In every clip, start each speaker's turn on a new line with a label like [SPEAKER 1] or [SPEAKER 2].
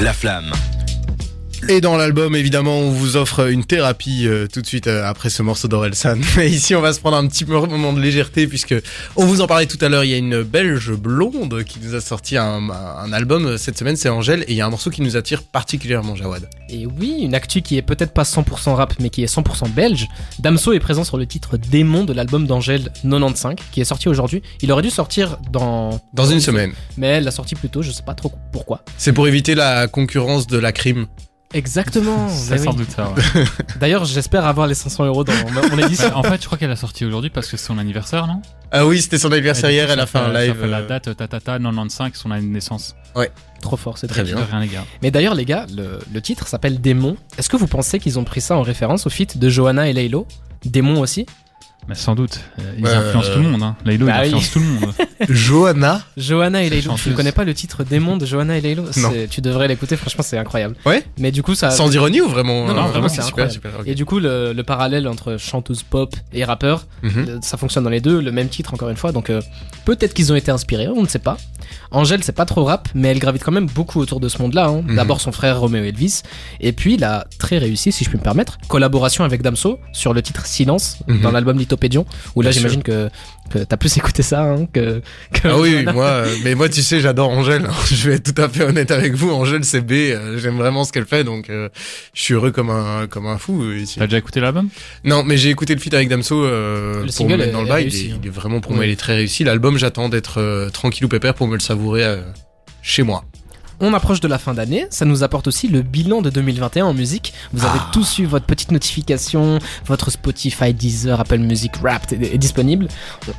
[SPEAKER 1] la flamme.
[SPEAKER 2] Et dans l'album, évidemment, on vous offre une thérapie euh, tout de suite euh, après ce morceau d'Orelsan. Mais ici, on va se prendre un petit moment de légèreté puisque on vous en parlait tout à l'heure. Il y a une belge blonde qui nous a sorti un, un album cette semaine, c'est Angèle, et il y a un morceau qui nous attire particulièrement, Jawad.
[SPEAKER 3] Et oui, une actu qui est peut-être pas 100% rap, mais qui est 100% belge. Damso est présent sur le titre Démon de l'album d'Angèle 95, qui est sorti aujourd'hui. Il aurait dû sortir dans.
[SPEAKER 2] Dans une semaine.
[SPEAKER 3] Mais elle l'a sorti plus tôt, je sais pas trop pourquoi.
[SPEAKER 2] C'est pour éviter la concurrence de la crime.
[SPEAKER 3] Exactement.
[SPEAKER 4] Ça,
[SPEAKER 3] mais
[SPEAKER 4] sans
[SPEAKER 3] Oh, bah oui.
[SPEAKER 4] doute ça. ouais.
[SPEAKER 3] D'ailleurs, j'espère avoir les 500 euros dans mon mon
[SPEAKER 4] Ouais,
[SPEAKER 3] édition.
[SPEAKER 4] en fait, je crois qu'elle a sorti aujourd'hui parce que c'est son anniversaire, non
[SPEAKER 2] Ah oui, c'était son anniversaire hier, elle a fait un
[SPEAKER 4] Ça
[SPEAKER 2] live.
[SPEAKER 4] fait la
[SPEAKER 2] euh,
[SPEAKER 4] date tatata 95, son année de naissance.
[SPEAKER 3] Trop fort, c'est
[SPEAKER 2] Très
[SPEAKER 3] très
[SPEAKER 2] bien.
[SPEAKER 3] bien.
[SPEAKER 4] De rien, les gars.
[SPEAKER 3] Mais d'ailleurs, les gars, le, le titre s'appelle Démon. Est-ce que vous pensez qu'ils ont pris ça en référence au feat de Johanna et Laylo Démon aussi
[SPEAKER 4] Mais sans doute, euh, ils
[SPEAKER 2] Ouais,
[SPEAKER 4] influencent
[SPEAKER 2] euh,
[SPEAKER 4] tout le monde. Hein. Laylo,
[SPEAKER 3] bah
[SPEAKER 4] il
[SPEAKER 3] oui.
[SPEAKER 4] influence tout le monde.
[SPEAKER 2] Johanna
[SPEAKER 3] Johanna et Laylo. Tu
[SPEAKER 4] Chanteuse.
[SPEAKER 3] ne connais pas le titre Démon de Johanna et Laylo C'est-
[SPEAKER 2] Non.
[SPEAKER 3] Tu devrais l'écouter, franchement, c'est incroyable.
[SPEAKER 2] Ouais
[SPEAKER 3] Mais du coup, ça.
[SPEAKER 2] euh, Sans ironie ou vraiment
[SPEAKER 3] Non, non,
[SPEAKER 2] euh,
[SPEAKER 3] vraiment,
[SPEAKER 2] c'est
[SPEAKER 3] c'est
[SPEAKER 2] super,
[SPEAKER 3] incroyable.
[SPEAKER 2] super. ok.
[SPEAKER 3] Et du coup, le, le parallèle entre chanteuse pop et rappeur,
[SPEAKER 2] Mhm.
[SPEAKER 3] le- ça fonctionne dans les deux, le même titre encore une fois, donc euh, peut-être qu'ils ont été inspirés, on ne sait pas. Angèle, c'est pas trop rap, mais elle gravite quand même beaucoup autour de ce monde-là. hein.
[SPEAKER 2] Mhm.
[SPEAKER 3] D'abord son frère Romeo Elvis, et puis la très réussie, si je puis me permettre, collaboration avec Damso sur le titre Silence,
[SPEAKER 2] Mhm.
[SPEAKER 3] dans l'album Lithopédion, où là
[SPEAKER 2] Bien
[SPEAKER 3] j'imagine que, que t'as plus écouté ça hein, que, que-
[SPEAKER 2] Ah oui, oui, moi, euh, mais moi, tu sais, j'adore Angèle. hein. Je vais être tout à fait honnête avec vous. Angèle, c'est B. euh, J'aime vraiment ce qu'elle fait, donc euh, je suis heureux comme un comme un fou. euh, ici.
[SPEAKER 4] T'as déjà écouté l'album
[SPEAKER 2] Non, mais j'ai écouté le feat avec Damso euh, pour
[SPEAKER 3] single
[SPEAKER 2] me mettre
[SPEAKER 3] est-
[SPEAKER 2] dans le
[SPEAKER 3] est
[SPEAKER 2] bail.
[SPEAKER 3] réussi,
[SPEAKER 2] il, est-
[SPEAKER 3] hein.
[SPEAKER 2] il est vraiment pour moi,
[SPEAKER 3] Ouais.
[SPEAKER 2] il est très réussi. L'album, j'attends d'être euh, tranquille ou pépère pour me le savourer euh, chez moi.
[SPEAKER 3] On approche de la fin d'année, ça nous apporte aussi le bilan de 2021 en musique. Vous avez
[SPEAKER 2] Ah.
[SPEAKER 3] tous eu votre petite notification, votre Spotify, Deezer, Apple Music Wrapped est, est disponible.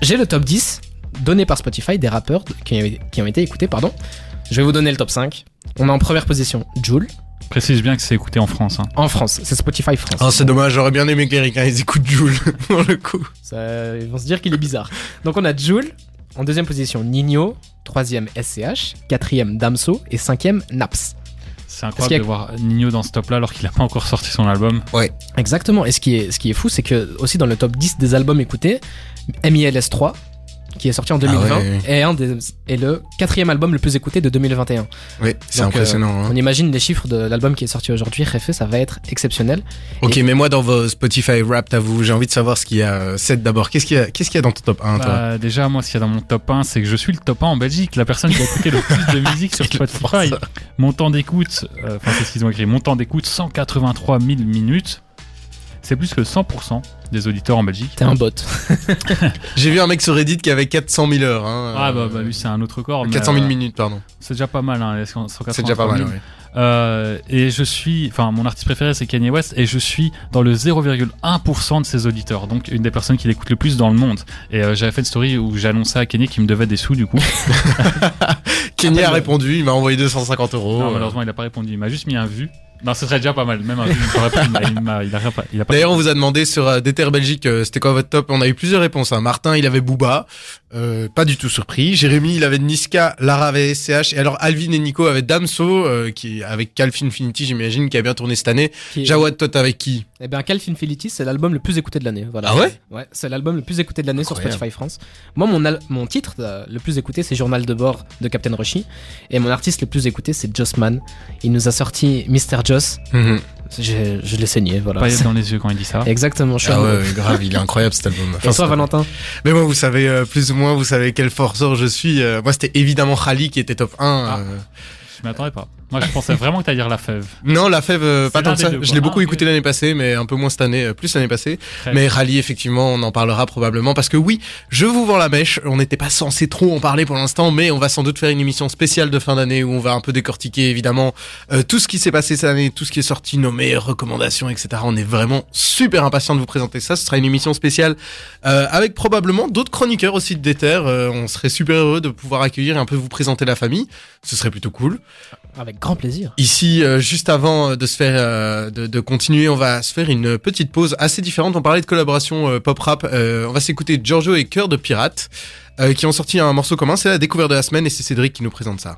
[SPEAKER 3] J'ai le top 10 donné par Spotify des rappeurs de- qui, avaient- qui ont été écoutés, pardon. Je vais vous donner le top 5. On a en première position Joule
[SPEAKER 4] Précise bien que c'est écouté en France. Hein.
[SPEAKER 3] en France, c'est Spotify France.
[SPEAKER 2] Ah, c'est dommage. J'aurais bien aimé que les Ricains, ils écoutent Jules pour le coup.
[SPEAKER 3] Ça- ils vont se dire qu'il est bizarre. Donc on a Joule, en deuxième position Nino, troisième SCH, quatrième Damso et cinquième Naps. qu'il
[SPEAKER 4] C'est
[SPEAKER 3] y a-
[SPEAKER 4] incroyable de voir Nino dans ce top-là alors qu'il a pas encore sorti son album.
[SPEAKER 3] Exactement. Et ce qui est, ce qui est fou, c'est que aussi dans le top 10 des albums écoutés, MILS 3, qui est sorti en 2020,
[SPEAKER 2] Ah ouais, ouais.
[SPEAKER 3] est, un des, est le quatrième album le plus écouté de 2021.
[SPEAKER 2] Oui, c'est
[SPEAKER 3] Donc, euh,
[SPEAKER 2] impressionnant. hein.
[SPEAKER 3] On imagine les chiffres de l'album qui est sorti aujourd'hui, Réfé, ça va être exceptionnel.
[SPEAKER 2] Ok,
[SPEAKER 3] Et-
[SPEAKER 2] mais moi dans vos Spotify Wrapped, à vous, j'ai envie de savoir ce qu'il y a. euh, Seth d'abord, qu'est-ce qu'il y a, qu'est-ce qu'il y a dans ton top 1 toi
[SPEAKER 4] Bah, déjà, moi, ce qu'il y a dans mon top 1, c'est que je suis le top 1 en Belgique, la personne qui a écouté le plus de musique sur
[SPEAKER 2] Il le
[SPEAKER 4] Spotify.
[SPEAKER 2] pense.
[SPEAKER 4] Mon temps d'écoute, euh, enfin, c'est ce qu'ils ont écrit, mon temps d'écoute, 183 000 minutes. C'est plus que 100% des auditeurs en Belgique.
[SPEAKER 3] T'es un bot.
[SPEAKER 2] J'ai vu un mec sur Reddit qui avait 400 000 heures. hein,
[SPEAKER 4] Ah,
[SPEAKER 2] euh,
[SPEAKER 4] bah, bah, lui, c'est un autre record. mais,
[SPEAKER 2] 400 000
[SPEAKER 4] euh,
[SPEAKER 2] minutes, pardon.
[SPEAKER 4] C'est déjà pas mal, hein, les 183
[SPEAKER 2] C'est déjà pas mal.
[SPEAKER 4] 000.
[SPEAKER 2] ouais.
[SPEAKER 4] Euh, et je suis, enfin, mon artiste préféré c'est Kanye West, et je suis dans le 0,1% de ses auditeurs, donc une des personnes qui l'écoute le plus dans le monde. Et euh, j'avais fait une story où j'annonçais à Kanye qu'il me devait des sous du coup.
[SPEAKER 2] Kenny a
[SPEAKER 4] Après, le-
[SPEAKER 2] répondu, il m'a envoyé 250 euros.
[SPEAKER 4] Non,
[SPEAKER 2] euh.
[SPEAKER 4] malheureusement, il a pas répondu, il m'a juste mis un vu. Non, ce serait déjà pas mal, même un vu, il m'aurait pris, mais il m'a- il a rien pas. il a pas-
[SPEAKER 2] D'ailleurs, on vous a demandé sur euh, Déter Belgique, euh, c'était quoi votre top On a eu plusieurs réponses. hein. Martin, il avait Booba, euh, pas du tout surpris. Jérémy, il avait Niska, Lara avait SCH, et alors Alvin et Nico avaient Damso, euh, qui avec Calvin Infinity, j'imagine, qui a bien tourné cette année.
[SPEAKER 3] Qui est-
[SPEAKER 2] Jawad, toi, t'es avec qui
[SPEAKER 3] Eh bien, Calf Infinity, c'est l'album le plus écouté de l'année. Voilà.
[SPEAKER 2] Ah ouais
[SPEAKER 3] Ouais, c'est l'album le plus écouté de l'année sur
[SPEAKER 2] Incroyable.
[SPEAKER 3] Spotify France. Moi, mon, al- mon titre euh, le plus écouté, c'est Journal de bord de Captain Roshi. Et mon artiste le plus écouté, c'est Jossman. Il nous a sorti Mr. Joss.
[SPEAKER 2] Mhm.
[SPEAKER 3] Je, je l'ai saigné, voilà.
[SPEAKER 4] Paillettes dans les yeux quand il dit ça.
[SPEAKER 3] Exactement, je suis
[SPEAKER 2] Ah ouais,
[SPEAKER 3] amoureux.
[SPEAKER 2] ouais, grave, il est incroyable cet album. Enfin,
[SPEAKER 3] Et
[SPEAKER 2] cet
[SPEAKER 3] toi,
[SPEAKER 2] album.
[SPEAKER 3] Valentin
[SPEAKER 2] Mais moi, vous savez euh, plus ou moins, vous savez quel forceur je suis. Euh, moi, c'était évidemment Khali qui était top 1.
[SPEAKER 4] Ah.
[SPEAKER 2] euh.
[SPEAKER 4] Je m'attendais pas. Moi, je pensais vraiment que t'allais dire la fève.
[SPEAKER 2] Non, la fève, euh,
[SPEAKER 4] C'est
[SPEAKER 2] pas tant
[SPEAKER 4] l'un
[SPEAKER 2] que
[SPEAKER 4] des
[SPEAKER 2] ça.
[SPEAKER 4] deux,
[SPEAKER 2] je
[SPEAKER 4] quoi.
[SPEAKER 2] l'ai beaucoup
[SPEAKER 4] Ah,
[SPEAKER 2] écouté
[SPEAKER 4] ok.
[SPEAKER 2] l'année passée, mais un peu moins cette année, euh, plus l'année passée.
[SPEAKER 4] Très
[SPEAKER 2] Mais Rally, effectivement, on en parlera probablement parce que oui, je vous vends la mèche. On n'était pas censé trop en parler pour l'instant, mais on va sans doute faire une émission spéciale de fin d'année où on va un peu décortiquer évidemment euh, tout ce qui s'est passé cette année, tout ce qui est sorti, nos meilleures recommandations, etc. On est vraiment super impatient de vous présenter ça. Ce sera une émission spéciale euh, avec probablement d'autres chroniqueurs aussi de Déter. Euh, on serait super heureux de pouvoir accueillir et un peu vous présenter la famille. Ce serait plutôt cool.
[SPEAKER 3] Avec grand plaisir.
[SPEAKER 2] Ici, euh, juste avant euh, de se faire, euh, de, de continuer, on va se faire une petite pause assez différente. On parlait de collaboration euh, pop-rap. Euh, on va s'écouter Giorgio et Cœur de Pirate, euh, qui ont sorti un morceau commun. C'est la découverte de la semaine et c'est Cédric qui nous présente ça.